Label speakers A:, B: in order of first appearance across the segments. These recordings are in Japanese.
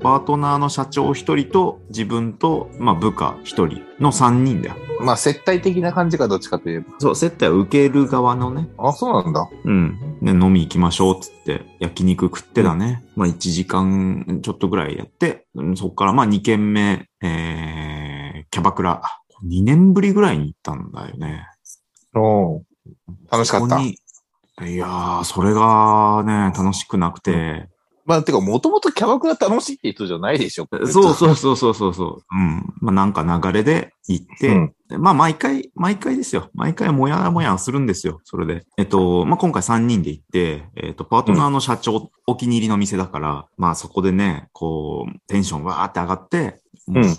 A: パートナーの社長1人と自分と、まあ、部下1人の3人だよ。
B: まあ、接待的な感じか、どっちかといえば。
A: そう、接待を受ける側のね、
B: あ、そうなんだ。
A: うん。ね、飲み行きましょうっつって、焼肉食ってだね。まあ、1時間ちょっとぐらいやって、うんそこからまあ2軒目、えー、キャバクラ。2年ぶりぐらいに行ったんだよね。
B: お楽しかった
A: そこにいやー、それがね、楽しくなくて。
B: まあ、てか、もともとキャバクラ楽しいって人じゃないでしょ。
A: そうそうそうそうそうそう。うん。まあ、なんか流れで行って、
B: うん
A: でまあ、毎回、毎回ですよ。毎回、もやもやするんですよ。それで。えっと、まあ、今回3人で行って、えっと、パートナーの社長、お気に入りの店だから、まあ、そこでね、こう、テンションわーって上がって、もう
B: うん
A: ず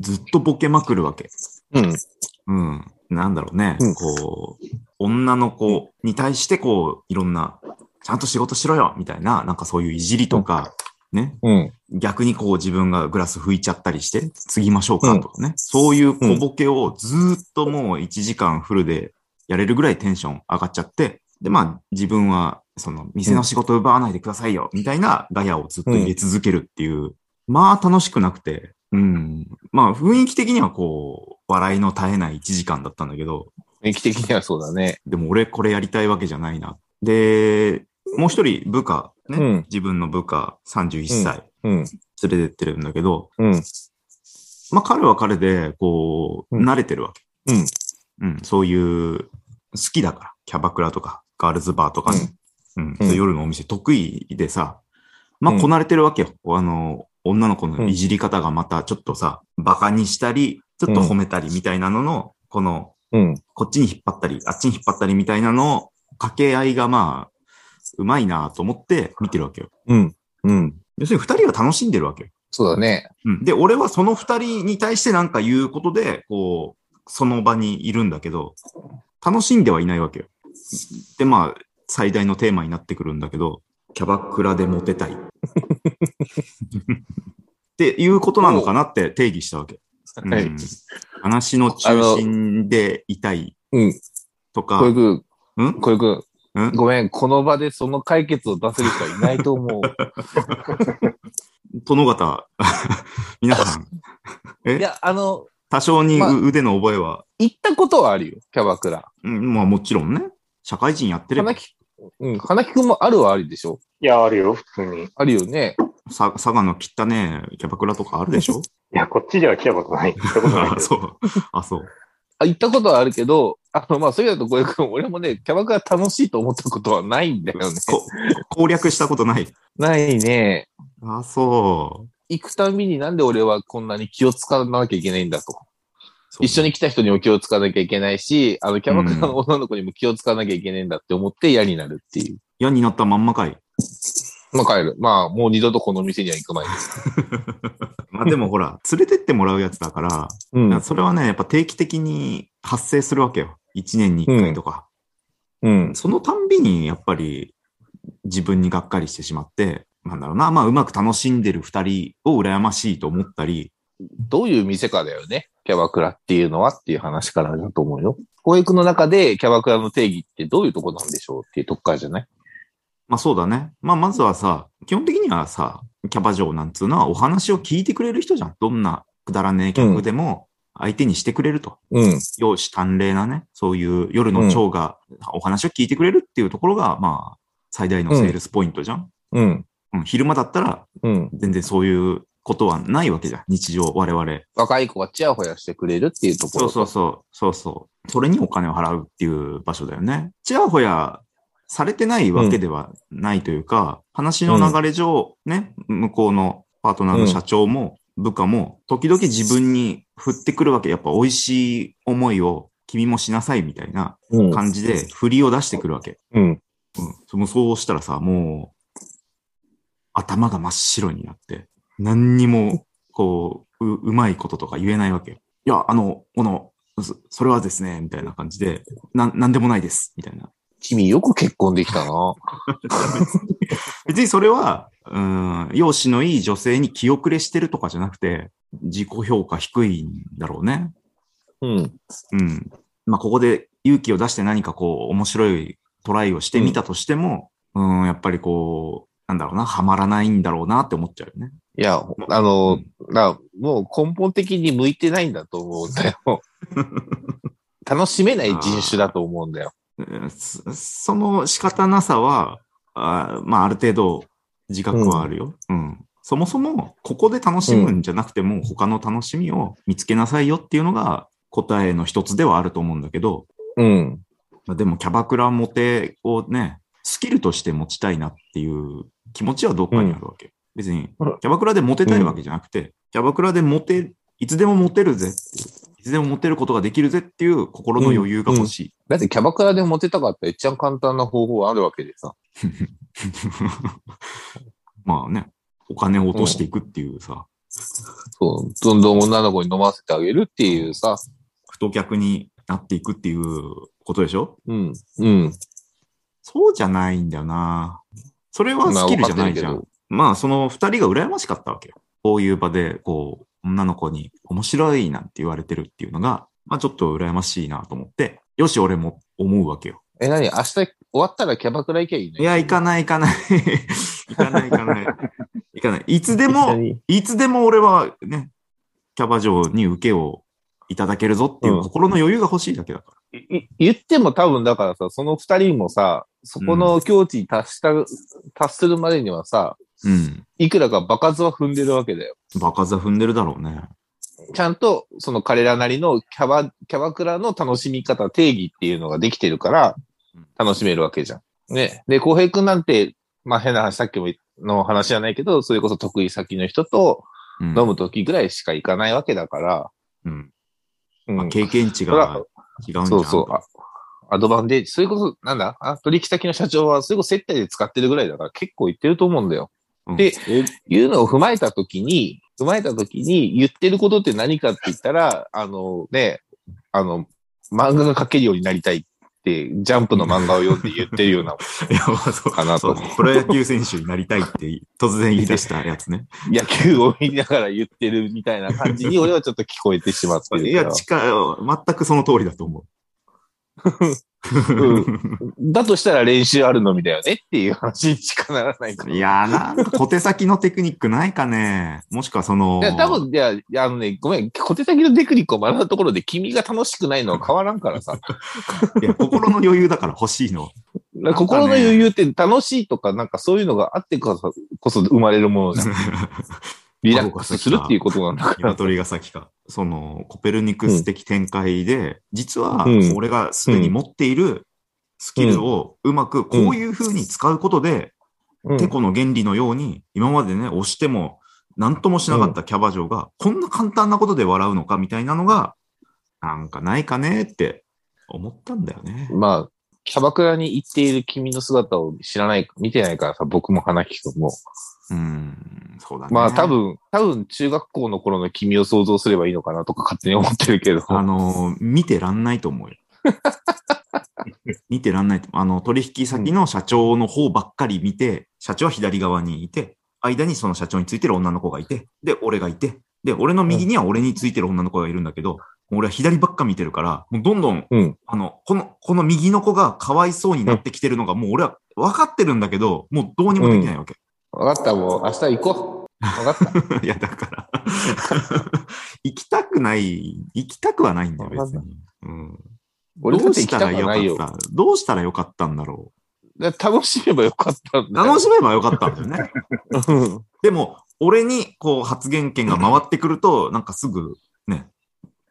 A: ずっとボケまくるわけ。
B: うん。
A: うん。なんだろうね。
B: うん
A: こう、女の子に対して、こう、いろんな、ちゃんと仕事しろよみたいな、なんかそういういじりとか、ね、
B: うん。
A: 逆にこう自分がグラス拭いちゃったりして、継ぎましょうかとかね。そういう小ボケをずーっともう1時間フルでやれるぐらいテンション上がっちゃって、で、まあ自分はその店の仕事を奪わないでくださいよ、みたいなガヤをずっと入れ続けるっていう、まあ楽しくなくて、うん。まあ雰囲気的にはこう、笑いの絶えない1時間だったんだけど、
B: 雰囲気的にはそうだね。
A: でも俺これやりたいわけじゃないな。で、もう一人部下、ね、
B: うん
A: 自分の部下31歳
B: うん。
A: 連れてってるんだけど、
B: うん。
A: まあ彼は彼で、こう、
B: うん
A: 慣れてるわけ。
B: うん。
A: うん、そういう、好きだから。キャバクラとか、ガールズバーとかね。うん。
B: うん
A: 夜のお店得意でさ、まあこなれてるわけよ。あの、女の子のいじり方がまたちょっとさ、バカにしたり、ちょっと褒めたりみたいなのの、この、
B: うん。
A: こっちに引っ張ったり、あっちに引っ張ったりみたいなのを、掛け合いがまあ、うまいなと思って見てるわけよ。
B: うん。うん。
A: 要するに二人が楽しんでるわけよ。
B: そうだね。
A: うんで、俺はその二人に対してなんか言うことで、こう、その場にいるんだけど、楽しんではいないわけよ。で、まあ、最大のテーマになってくるんだけど、キャバクラでモテた い。っていうことなのかなって定義したわけ。うん
B: はい。
A: 話の中心でいたい
B: うん。
A: とか
B: 小、池君、
A: うん
B: 小池君、
A: うん
B: ごめん、この場でその解決を出せる人はいないと 思う。
A: 殿方、 皆さ ん、え
B: いや、あの、
A: 多少に
B: まあ
A: う腕の覚えは、
B: 行ったことはあるよ、キャバクラ。
A: うんまあもちろんね、社会人やってれば
B: 花、木、うん、花木くんもあるはありでしょ
C: いや、あるよ、普通に。い
B: あるよね。
A: さ佐賀の汚ねえキャバクラとかあるでしょ
C: や、こっちでは来たこと ない。行ったことない
A: あ
C: けど。
A: そう。あ、そう。
B: あ、行ったことはあるけど、あの、まあ、そういうのと 小池くん、俺もね、キャバクラ楽しいと思ったことはないんだよね。
A: こ攻略したことない。
B: ないね。
A: あ、そう。
B: 行くたびになんで俺はこんなに気を使わなきゃいけないんだと。
A: そう
B: 一緒に来た人にも気を使わなきゃいけないし、あの、キャバクラの女の子にも気を使わなきゃいけないんだって思って嫌になるっていう。
A: 嫌になったまんまかい。
B: まあ、帰る。まあ、もう二度とこの店には行かないです。
A: まあでもほら、連れてってもらうやつだから、
B: うん。
A: それはね、やっぱ定期的に発生するわけよ。一年に一回とか。
B: うん。
A: そのたんびに、やっぱり、自分にがっかりしてしまって、なんだろうな、まあうまく楽しんでる二人を羨ましいと思ったり、
B: どういう店かだよね。キャバクラっていうのはっていう話からだと思うよ。教育の中でキャバクラの定義ってどういうとこなんでしょうっていうとこからじゃない
A: まあそうだね。まあまずはさ、基本的にはさ、キャバ嬢なんつうのはお話を聞いてくれる人じゃん。どんなくだらねえ客でも相手にしてくれると。
B: うん。
A: 容姿端麗なね、そういう夜の蝶がお話を聞いてくれるっていうところが、まあ、最大のセールスポイントじゃん。
B: うん。
A: うん、昼間だったら
B: うん。
A: 全然そういうことはないわけじゃん。日常、我々。
B: 若い子がチヤホヤしてくれるっていうとこ
A: そ
B: ろ。
A: うそうそう、そうそう。それにお金を払うっていう場所だよね。ちやほやされてないわけではないというか、話の流れ上、ね、向こうのパートナーの社長も部下も、時々自分に振ってくるわけ。やっぱ美味しい思いを君もしなさいみたいな
B: う。うん。
A: 感じで振りを出してくるわけ。
B: うん。
A: うんその。そうしたらさ、もう、頭が真っ白になって、何にも、こう、う、うまいこととか言えないわけよ。いや、あの、この、そそれはですね、みたいな感じで、なん、なんでもないです、みたいな。
B: 君よく結婚できたな。
A: 別にそれは、うん、容姿のいい女性に気遅れしてるとかじゃなくて、自己評価低いんだろうね。
B: うん。
A: うん。まあ、ここで勇気を出して何かこう、面白いトライをしてみたとしても、うん、やっぱりこう、なんだろうな、はまらないんだろうなって思っちゃうよね。
B: いや、あの、なもう根本的に向いてないんだと思うんだ よ。楽しめない人種だと思うんだよ。
A: うんそその仕方なさは、あーまあ、ある程度自覚はあるよ。うん。そもそも、ここで楽しむんじゃなくても、他の楽しみを見つけなさいよっていうのが答えの一つではあると思うんだけど、
B: うん。
A: まあでもキャバクラモテをね、スキルとして持ちたいなっていう気持ちはどっかにあるわけ。別に、キ
B: あら
A: ャバクラでモテたいわけじゃなくて、キャバクラでモテ、いつでもモテるぜっていう、いつでもモテることができるぜっていう心の余裕が欲しい。
B: だってキャバクラでモテたかったら一番簡単な方法あるわけでさ。
A: まあね、お金を落としていくっていうさ、
B: そう。どんどん女の子に飲ませてあげるっていうさ。
A: 太客になっていくっていうことでしょ
B: うん。うん。
A: そうじゃないんだよな。それはスキルじゃないじゃ
B: まあ
A: ん
B: わかってるけど。
A: まあ、その二人が羨ましかったわけよ。こういう場で、こう、女の子に面白いなんて言われてるっていうのが、まあちょっと羨ましいなと思って、よし、俺も思うわけよ。
B: え、なに明日終わったらキャバクラ行けばいいの
A: いや、行かない行かない。 行かない行かない。行かない。いつでも、
B: い
A: いつでも俺はね、キャバ嬢に受けをいただけるぞっていう心の余裕が欲しいだけだか
B: い言っても多分だからさ、その二人もさ、そこの境地に達した、達するまでにはさ、
A: ら。うん。
B: いくらか場数は踏んでるわけだよ。
A: バカ座踏んでるだろうね。
B: ちゃんと、その彼らなりのキャバ、キャバクラの楽しみ方、定義っていうのができてるから
A: うん、
B: 楽しめるわけじゃん。ね。で、浩平くんなんて、まあ変な話、さっきもの話じゃないけど、それこそ得意先の人と
A: うん。
B: 飲む時ぐらいしか行かないわけだから、
A: うん。
B: うん
A: まあ、経験値が違うんじゃん。
B: そうそう。あアドバンテージ。それこそ、なんだあ取引先の社長は、それこそ接待で使ってるぐらいだから結構言ってると思うんだよ。
A: うん
B: でいうのを踏まえたときに、踏まえたときに言ってることって何かって言ったら、あのね、あの、漫画が描けるようになりたいって、ジャンプの漫画を読んで言って るような。
A: いや、まあそう
B: かなと
A: そうプロ野球選手になりたいって突然言い出したやつね。
B: 野球を見ながら言ってるみたいな感じに、俺はちょっと聞こえてしまって
A: い
B: るか
A: や、
B: ら。
A: 近い、全くその通りだと思う。
B: だとしたら練習あるのみだよねっていう話にしかならないか ら。
A: いやー、なんか小手先のテクニックないかね。もしくはその
B: い、や、多分、いや、いやあのね、ごめん、小手先のテクニックを学んだところで君が楽しくないのは変わらんからさ。
A: いや心の余裕だから欲しいの。
B: なんか心の余裕って楽しいとか、なんかそういうのがあってこそ、こそ生まれるもの じゃん。リラックスするっていうことなん だから。
A: 鶏が先か。その、コペルニクス的展開で、実は
B: うん
A: 俺がすでに持っているスキルをうまくこういう風に使うことで、
B: うん
A: テコの原理のように、今までね、押しても、何ともしなかったキャバ嬢が、こんな簡単なことで笑うのかみたいなのが、なんかないかねって思ったんだよね。
B: まあ、キャバクラに行っている君の姿を知らない、見てないからさ、僕も花木くんも。
A: うん、そうだね。
B: まあ多。分、多分中学校の頃の君を想像すればいいのかなとか勝手に思ってるけど。
A: あのー、見てらんないと思うよ。 見てらんないと思う。あの、取引先の社長の方ばっかり見て、社長は左側にいて、間にその社長についてる女の子がいて、で、俺がいて、で、俺の右には俺についてる女の子がいるんだけど、俺は左ばっか見てるから、もうどんどん
B: うん。
A: あの、この、この右の子がかわいそうになってきてるのが、もう俺は分かってるんだけど、もうどうにもできないわけ。
B: わかった、もう明日行こう。わか っ
A: いや、だから、行きたくない、行きたくはないんだよ、別
B: わか
A: に。うん、
B: 俺だ
A: ど
B: っ
A: う
B: て
A: し
B: 行き
A: た
B: た
A: ら
B: く
A: よ
B: な
A: か
B: いよ
A: ったどうしたらよかったんだろ
B: た。楽しめばよかったん
A: う。
B: だよ。
A: 楽しめばよかったんだよね。
B: うん
A: でも、俺に、こう、発言権が回ってくると、なんかすぐ、ね。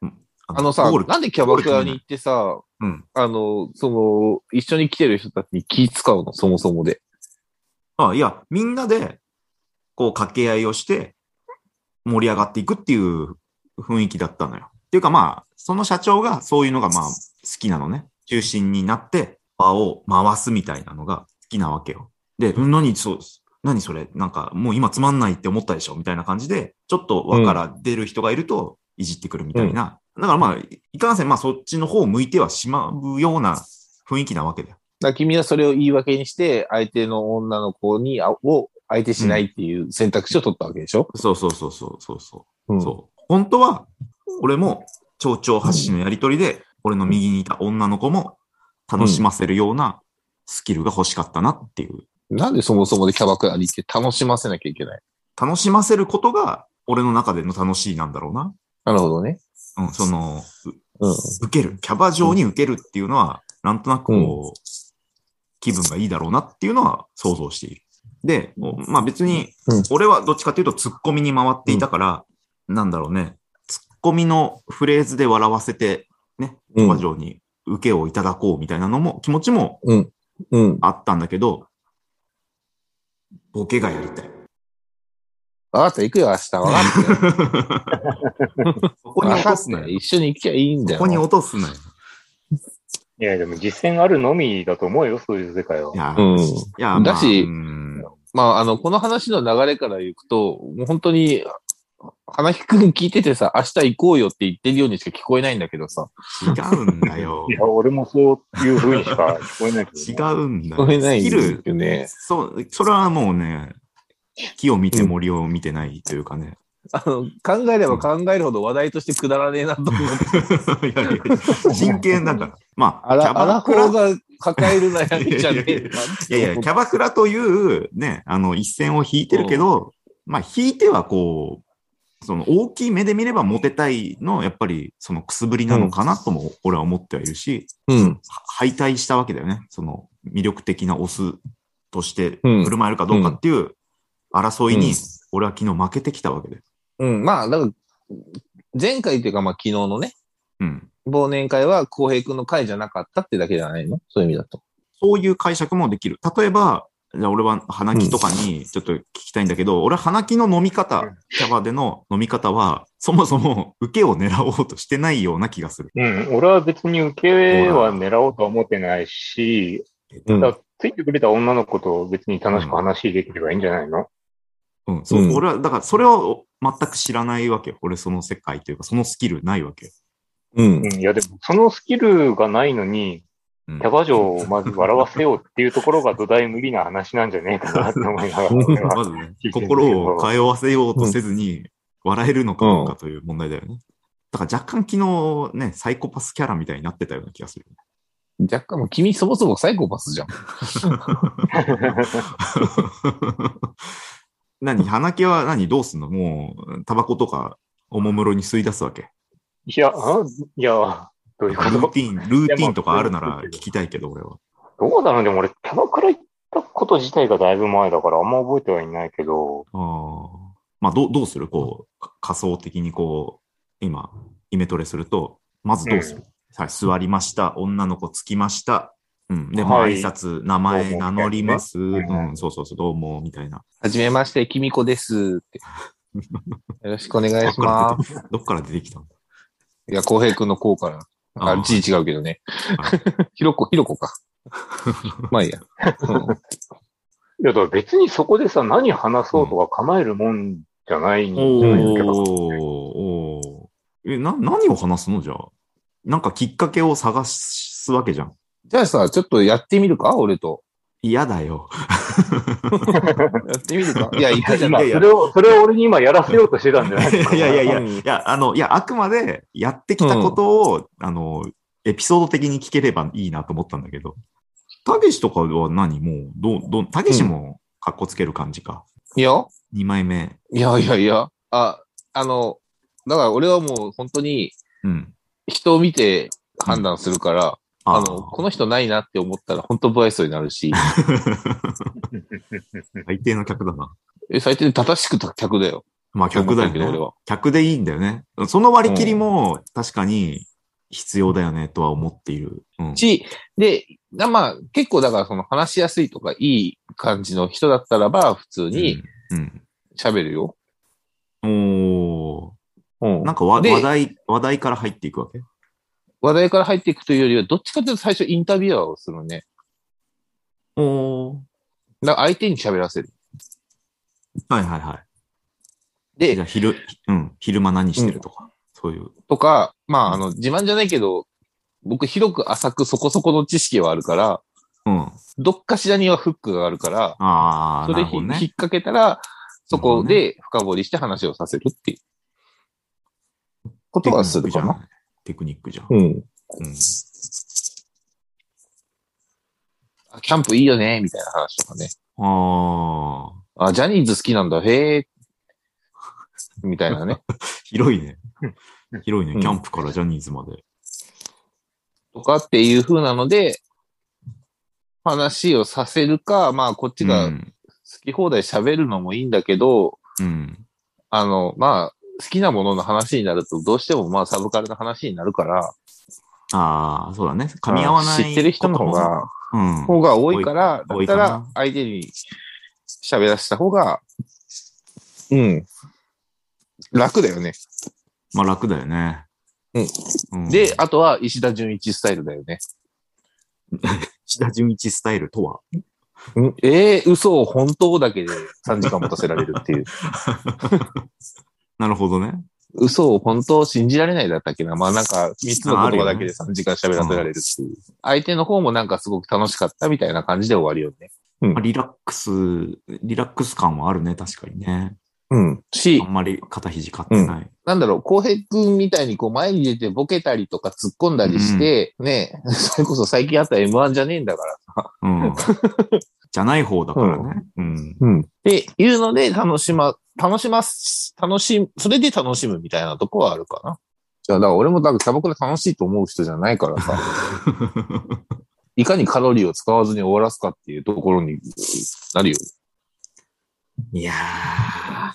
A: うん
B: あのさ
A: ゴール、
B: なんでキャバクラに行ってさ、
A: うん
B: あの、その、一緒に来てる人たちに気使うの、そもそもで。
A: あ、いや、みんなで、こう、掛け合いをして、盛り上がっていくっていう雰囲気だったのよ。っていうかまあ、その社長がそういうのがまあ、好きなのね。中心になって、場を回すみたいなのが好きなわけよ。で、ん何そう、何それなんか、もう今つまんないって思ったでしょみたいな感じで、ちょっと輪から出る人がいると、いじってくるみたいな。だからまあ、いかんせん、まあ、そっちの方を向いてはしまうような雰囲気なわけだよ。
B: だから君はそれを言い訳にして、相手の女の子に、あを相手しないっていう選択肢を取ったわけでしょ、
A: そうそうそうそうそうそうう。
B: ん
A: そう本当は、俺も、蝶々発信のやりとりで、俺の右にいた女の子も楽しませるようなスキルが欲しかったなっていう。
B: なんでそもそもでキャバクラに行って楽しませなきゃいけない
A: 楽しませることが、俺の中での楽しいなんだろうな。
B: なるほどね。
A: うん、その、
B: うん。
A: 受ける、キャバ嬢に受けるっていうのは、なんとなくこう、気分がいいだろうなっていうのは想像している。で、まあ別に
B: うん、
A: 俺はどっちかというとツッコミに回っていたから、なんだろうね、ツッコミのフレーズで笑わせて、ね、
B: う
A: キャバ
B: ん。
A: 嬢に受けをいただこうみたいなのも、気持ちも
B: うん。うん。
A: あったんだけど、ボケがやりたい。
B: わかった、行くよ、明日。わかったよ。
A: ここに落とすな
B: わかっ
A: よ。
B: た一緒に行きゃいいんだ
A: ここ
B: よ。
A: に落とすなよ。。
C: いや、でも実践あるのみだと思うよ、そういう世界はい
A: や、
B: うん
A: いや、まあ
B: だし
A: うん
B: まあ、あの、この話の流れから行くと、もう本当に、花木くん聞いててさ、明日行こうよって言ってるようにしか聞こえないんだけどさ、
A: 違うんだ よ
C: い。や、俺もそういう風にしか聞こえないけど、
A: 違
C: う。
A: うんだ
B: 聞こえない
A: スキ
B: ん
A: ル、
B: だよね。
A: そう、それはもうね、木を見て森を見てないというか ね。
B: あの、考えれば考えるほど話題としてくだらねえなと思って、
A: いやいや、人権だから。まあ、
B: あ
A: キ
B: ら、
A: ャ
B: あ
A: バ
B: ら
A: ク
B: こ
A: ラ
B: うが抱える悩みじゃねえな。
A: いやいや、キャバクラというね、あの、一線を引いてるけど、まあ、引いてはこう、その大きい目で見ればモテたいの、やっぱりそのくすぶりなのかなとも、俺は思ってはいるし、
B: うん。
A: は敗退したわけだよね。その魅力的なオスとして
B: うん
A: 振る舞えるかどうかっていう争いに
B: うん、
A: 俺は昨日負けてきたわけで。
B: うん。まあ、だから、前回っていうか、まあ、昨日のね、
A: うん。
B: 忘年会は浩平くんの会じゃなかったってだけじゃないのそういう意味だと。
A: そういう解釈もできる。例えば、じゃあ俺は花木とかにちょっと聞きたいんだけど、俺は花木の飲み
C: う
A: 方
C: ん、
A: キャバでの飲み方は、そもそも受けを狙おうとしてないような気がする。
C: ん、俺は別に受けは狙おうとは思ってないし、
B: うん
C: だからついてくれた女の子と別に楽しく話できればいいんじゃないの、
A: うん、そう、
B: うん
A: 俺は、だからそれを全く知らないわけよ。俺その世界というか、そのスキルないわけよ。
B: うん
C: うん、いや、でもそのスキルがないのに、
A: うん
C: キャバ嬢をまず笑わせようっていうところが土台無理な話なんじゃねえかなって思いながら俺は
A: まずね、心を通わせようとせずに、笑えるのかどうかという問題だよね。だから若干昨日ね、サイコパスキャラみたいになってたような気がする。
B: 若干、もう君そもそもサイコパスじゃん。
A: 何鼻毛は何どうすんのもう、タバコとか、おもむろに吸い出すわけ。
C: いや、あいや、どう
A: ル
C: いうこと
A: ーテ ィン、ルーティンとかあるなら聞きたいけど、俺は。
C: どうだろうでも俺、キャバクラ行ったこと自体がだいぶ前だから、あんま覚えてはいないけど、
A: あーまあ、どうどうするこう、か仮想的にこう、今、イメトレすると、まずどうする、はい、座りました、女の子つきました。うん。で、まあ、
C: はい
A: 挨拶、名前名乗ります。
C: いなね
A: うん、そうそうそう、どうも、みたいな。
B: はじめまして、君子ですって。よろしくお願いします。
A: どっから出てきたんだ
B: いや、浩平くんの子から。
A: あ
B: あ、
A: ー
B: 字違うけどね
A: は。
B: ひろこ、ひろこか。まあいいや。うん
C: いや、だから別にそこでさ、何話そうとか構えるもんじゃないんじゃ
A: お
C: ないの
A: ー
C: キャバクラ
A: おーえ、な、何を話すのじゃあ。なんかきっかけを探すわけじゃん。
B: じゃあさ、ちょっとやってみるか俺と。
A: 嫌だよ。
B: やってみるかいや、いくじゃ
C: 今、
B: ない。
A: いや
C: それを、それを俺に今やらせようとしてたんじゃない
A: いやいやいやいや、
B: うん
A: いや、あの、いや、あくまでやってきたことを、あの、エピソード的に聞ければいいなと思ったんだけど。たけしとかは何もう、どう、どう、たけしもかっこつける感じか。
B: いや、
A: 二枚目。
B: いやいやいや。あ、あの、だから俺はもう本当に
A: うん。
B: 人を見て判断するから、
A: あ
B: あの、この人ないなって思ったら本当不愛想になるし、
A: 最低の客だな。
B: え、最低正しく客だよ。
A: まあ客だよ
B: 思ったけど俺
A: ね。
B: は。
A: 客でいいんだよね。その割り切りも確かに必要だよねとは思っている。うん。
B: し、で、なまあ、結構だからその話しやすいとかいい感じの人だったらば、普通に
A: うん。
B: 喋るよ。
A: うん、お
B: うん
A: ーなんかわ
B: で
A: 話題、話題から入っていくわけ
B: 話題から入っていくというよりは、どっちかというと最初インタビュアーをするね。
A: おー
B: だから相手に喋らせる。
A: はいはいは
B: で
A: い。じゃあ昼、うん、昼間何してるとか、そういう。
B: とか、まあ、あの、自慢じゃないけど、僕広く浅くそこそこの知識はあるから、
A: うん。あ
B: どっかしらにはフックがあるから、
A: あ
B: そ
A: ー、な
B: れ
A: る
B: ひ
A: ほど
B: 引っ
A: ね。
B: 掛けたら、そこで深掘りして話をさせるっていうことはするかな。
A: テクニックじゃん。テクニックじゃん。
B: うん。
A: うん
B: あキャンプいいよね、みたいな話とかね。
A: ああ、
B: あ、ジャニーズ好きなんだ、へえ。みたいなね。
A: 広いね
C: うん。
A: 広い
B: うん
A: ね。キャンプからジャニーズまで。
B: とかっていう風なので、話をさせるか、まあこっちが
A: う
B: 好
A: ん
B: き放題喋るのもいいんだけど、
A: うん。
B: あの、まあ、好きなものの話になると、どうしてもまあ、サブカルの話になるから、
A: ああ、そうだね。噛み合わない。
B: 知ってる人の方。が、
A: うん。
B: 方が多いから、だ
A: 多
B: っ
A: い
B: た
A: かな
B: ら、相手に喋らせた方が、うん、楽だよね。
A: まあ楽だよね。うん
B: で、、あとは、石田純一スタイルだよね。
A: 石田純一スタイルとは
B: うんええ嘘を本当だけで3時間持たせられる っていう。
A: なるほどね。
B: 嘘を本当信じられないだったっけな。まあなんか、3つの言葉だけで3時間喋らせられるっていう。相手の方もなんかすごく楽しかったみたいな感じで終わるよね。
A: まあリラックス、リラックス感はあるね、確かにね。
B: うん。し
A: あん、まり肩肘張ってない。
B: なんだろう、浩平くんみたいにこう前に出てボケたりとか突っ込んだりして、ね、 それこそ最近あった M1 じゃねえんだから。
A: うん。 じゃない方だからね。うん。
B: うん。っていうので楽しま、楽します、楽しむ、それで楽しむみたいなとこはあるかな。いや、だから俺もだからサバクラ楽しいと思う人じゃないからさ、いかにカロリーを使わずに終わらすかっていうところになるよ。
A: いやー。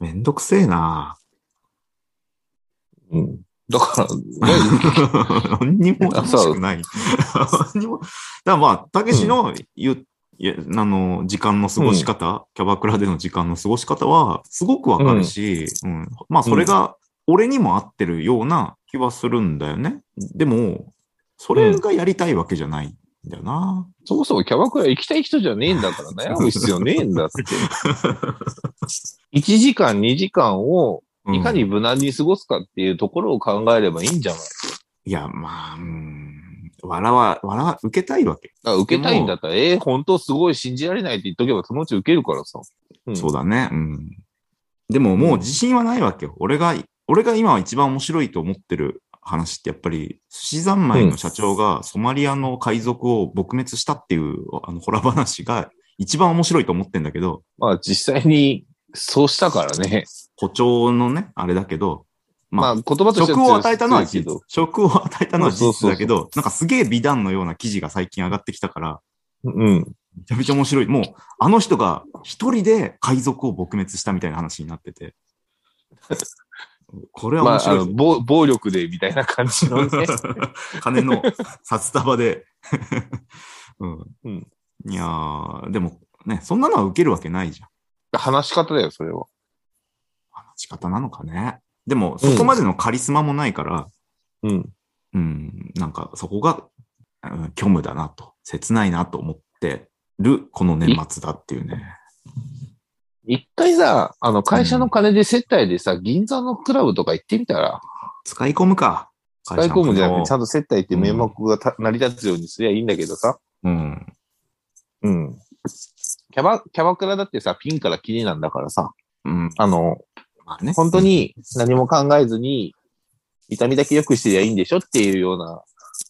A: めんどくせえな
B: うん。だから、ね、
A: 何にも楽しく ない。何にも。だからまあ、たけしの言う、いや、あの、時間の過ごし方、キャバクラでの時間の過ごし方は、すごくわかるし、うんまあ、それが、俺にも合ってるような気はするんだよね。でも、それがやりたいわけじゃないんだよな。
B: そもそもキャバクラ行きたい人じゃねえんだから 悩む必要ねえんだって。1時間、2時間を
A: うん
B: いかに無難に過ごすかっていうところを考えればいいんじゃない
A: いや、まあ、うん、笑わ、笑わ、受けたいわけ。
B: だから受けたいんだったら、えー、本当すごい信じられないって言っとけばそのうち受けるからさ。うん
A: そうだね。うん。でももう自信はないわけよ。俺が、俺が今一番面白いと思ってる話ってやっぱり、寿司三昧の社長がソマリアの海賊を撲滅したっていう、あの、ホラ話が一番面白いと思ってんだけど、
B: まあ実際にそうしたからね。
A: 誇張のね、あれだけど、
B: ま
A: ま
B: あ言葉として
A: 職を与えたのは
B: 強
A: 事
B: いけど
A: 実。職を与えたのは事実だけど、なんかすげえ美談のような記事が最近上がってきたから、
B: うん。
A: めちゃめちゃ面白い。もう、あの人が一人で海賊を撲滅したみたいな話になって て。これは
B: ま
A: 面
B: あ、あ
A: 白い
B: の、
A: ぞ。
B: 暴暴力でみたいな感じ のね。
A: 金の札束で、 うん。
B: うん
A: いやー、でもね、そんなのは受けるわけないじゃん。
B: 話し方だよ、それは。
A: 話し方なのかね。でも、そこまでのカリスマもないから、
B: うん。
A: うん、なんかそこが、うん虚無だなと、切ないなと思ってる、この年末だっていうね。
B: 一回さ、あの、会社の金で接待でさ、銀座のクラブとか行ってみたら、
A: 使い込むか。
B: 使い込むんじゃなくて、ちゃんと接待って
A: うん
B: 名目がた成り立つようにすりゃいいんだけどさ。
A: うん。
B: うん。キャバ、キャバクラだってさ、ピンからキリなんだからさ、
A: うん。
B: あの、
A: まあね。
B: 本当に何も考えずに、痛みだけ良くしてりゃいいんでしょっていうような、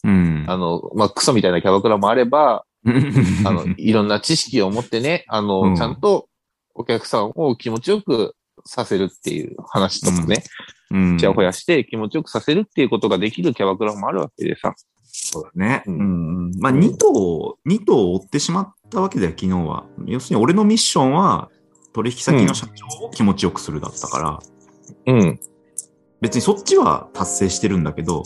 A: うん。
B: あの、まあ、クソみたいなキャバクラもあれば、 あ の、いろんな知識を持ってね、あの、
A: うん
B: ちゃんとお客さんを気持ちよくさせるっていう話とかね、
A: うん、
B: ちやほやして気持ちよくさせるっていうことができるキャバクラもあるわけでさ。
A: そうだね。
B: う
A: うんん。まあ、2頭、二頭を追ってしまったわけだよ、昨日は。要するに、俺のミッションは、取引先の社長を気持ちよくするだったから、
B: うん。うん。
A: 別にそっちは達成してるんだけど、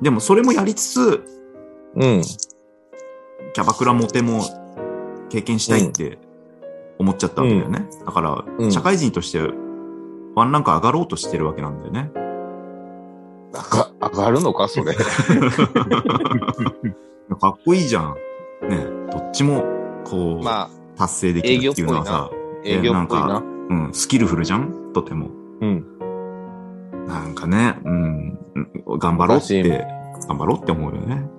A: でもそれもやりつつ、
B: うん。
A: キャバクラモテも経験したいって思っちゃったわけだよね。だか
B: うん
A: ら、社会人として、ワンランク上がろうとしてるわけなんだよね。
B: なんか、上がるのか、それ。
A: かっこいいじゃん。ね、どっちも、こう、
B: まあ、
A: 達成できるっていうのはさ、
B: 営業っぽい
A: いやな
B: な。
A: うん、スキルフルじゃんとても。
B: うん。
A: なんかね、うん、頑張ろうって、頑張ろうって思うよね。